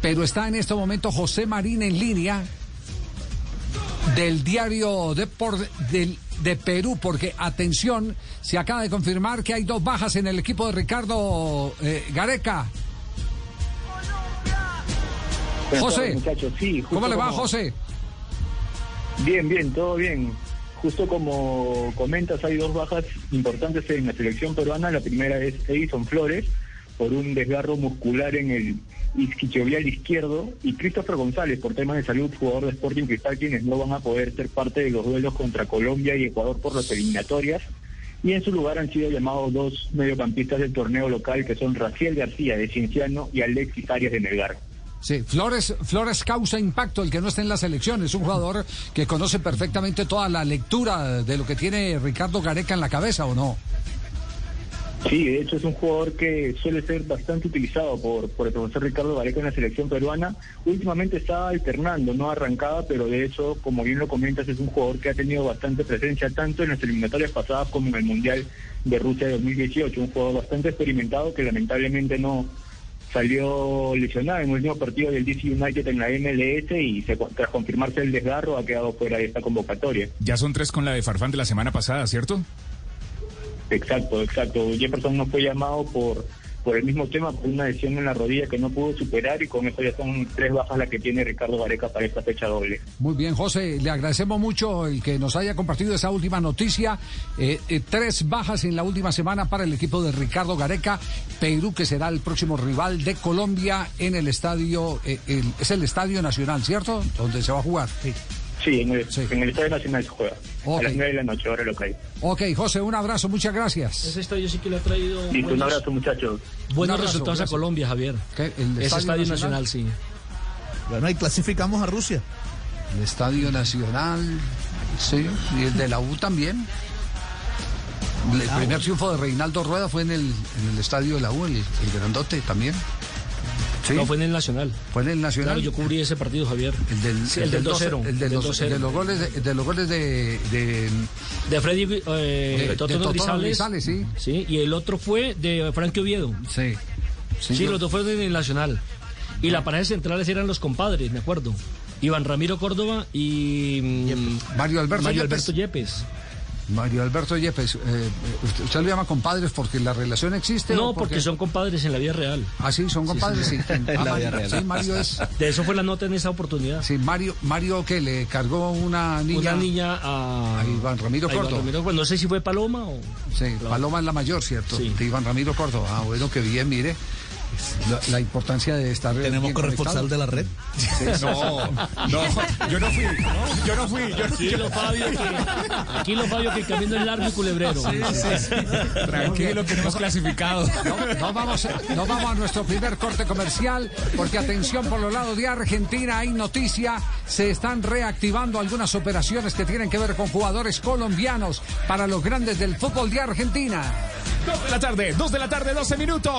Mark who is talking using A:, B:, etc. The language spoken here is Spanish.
A: Pero está en este momento José Marín en línea del diario de, por, del, de Perú, porque atención, se acaba de confirmar que hay dos bajas en el equipo de Ricardo eh, Gareca.
B: Buenas
A: José,
B: tardes, muchachos. Sí, justo
A: ¿Cómo le va,
B: como-
A: José?
B: Bien, bien, todo bien. Justo como comentas, hay dos bajas importantes en la selección peruana. La primera es Edison Flores por un desgarro muscular en el isquiotibial izquierdo y Christopher González por temas de salud, jugador de Sporting Cristal, quienes no van a poder ser parte de los duelos contra Colombia y Ecuador por las eliminatorias. Y en su lugar han sido llamados dos mediocampistas del torneo local que son Raciel García de Cienciano y Alexis Arias de Melgar.
A: Sí, Flores, Flores causa impacto el que no esté en la selección. Es un jugador que conoce perfectamente toda la lectura de lo que tiene Ricardo Gareca en la cabeza, ¿o no?
B: Sí, de hecho es un jugador que suele ser bastante utilizado por, por el profesor Ricardo Gareca en la selección peruana. Últimamente está alternando, no arrancada, pero de hecho, como bien lo comentas, es un jugador que ha tenido bastante presencia tanto en las eliminatorias pasadas como en el Mundial de Rusia de 2018. Un jugador bastante experimentado que lamentablemente no salió lesionado en el último partido del DC United en la MLS y se- tras confirmarse el desgarro ha quedado fuera de esta convocatoria.
C: Ya son tres con la de Farfán de la semana pasada, ¿cierto?
B: Exacto, exacto. Jefferson no fue llamado por por el mismo tema, por una lesión en la rodilla que no pudo superar y con eso ya son tres bajas las que tiene Ricardo Vareca para esta fecha doble.
A: Muy bien, José, le agradecemos mucho el que nos haya compartido esa última noticia. Eh, eh, tres bajas en la última semana para el equipo de Ricardo Gareca. Perú, que será el próximo rival de Colombia en el estadio, eh, el- es el Estadio Nacional, ¿cierto? Donde se va a jugar. Sí.
B: Sí, en el,
A: Sí.
B: en el Estadio Nacional se juega.
A: Ok.
B: A las nueve de la noche, ahora lo cae.
A: Ok, José, un abrazo, muchas gracias.
D: Ese estadio sí que le ha traído
B: Listo, un
D: buenos,
B: abrazo muchachos.
D: buenos
A: Un abrazo,
D: resultados
A: gracias.
D: a Colombia, Javier.
A: ¿Qué? ¿El
D: Ese
A: Estadio
D: estadio
A: Nacional?
D: nacional, sí.
E: Bueno, ahí clasificamos a Rusia.
A: El Estadio Nacional, sí, y el de la U también. El primer triunfo de Reinaldo Rueda fue en el, en el estadio de la U, el, el grandote también. Sí,
D: No fue en el Nacional.
A: fue en el Nacional.
D: Claro, yo cubrí ese partido, Javier.
A: El del,
D: Sí,
A: el
D: el del
A: del
D: 2-0,
A: doce- el de
D: del
A: los,
D: 2-0.
A: de los goles de, de los goles de, de-
D: De Freddy eh,
A: de
D: Totono
A: Totono
D: Grisales.
A: Grisales, sí.
D: Y el otro fue de Frankie Oviedo.
A: sí, sí,
D: Sí,
A: yo- Ah.
D: los dos fueron en el Nacional. Y la pareja centrales eran los compadres, me acuerdo. Iván Ramiro Córdoba y mm,
A: Mario Alberto
D: Mario
A: Yepes.
D: Alberto Yepes.
A: Mario Alberto Yepes, eh, usted, usted lo llama compadres porque la relación existe.
D: No,
A: o
D: porque son compadres en la vida real.
A: Ah, sí, son compadres, sí. Ah,
E: la vida
A: Mario,
E: real.
A: sí, Mario es.
D: De eso fue la nota en esa oportunidad.
A: Sí, Mario, Mario que le cargó una niña.
D: Una niña a,
A: A Iván Ramiro
D: a Iván
A: Córdoba.
D: Ramiro Córdoba. No sé si fue Paloma o...
A: Sí, Paloma es la mayor, ¿cierto?
D: Sí.
A: De Iván Ramiro Córdoba. Ah, bueno, que bien, mire. La, la importancia de estar.
E: Tenemos
A: bien
E: corresponsal
A: conectado.
E: de la red.
C: No, no, yo no fui, yo no fui, yo no fui.
D: Tranquilo, Fabio, que, tranquilo, Fabio, que el camino es largo y culebrero.
C: Tranquilo, que no hemos clasificado.
A: No, no vamos, no vamos a nuestro primer corte comercial, porque atención por los lados de Argentina, hay noticia, se están reactivando algunas operaciones que tienen que ver con jugadores colombianos para los grandes del fútbol de Argentina.
C: Dos de la tarde, dos de la tarde, 12 minutos.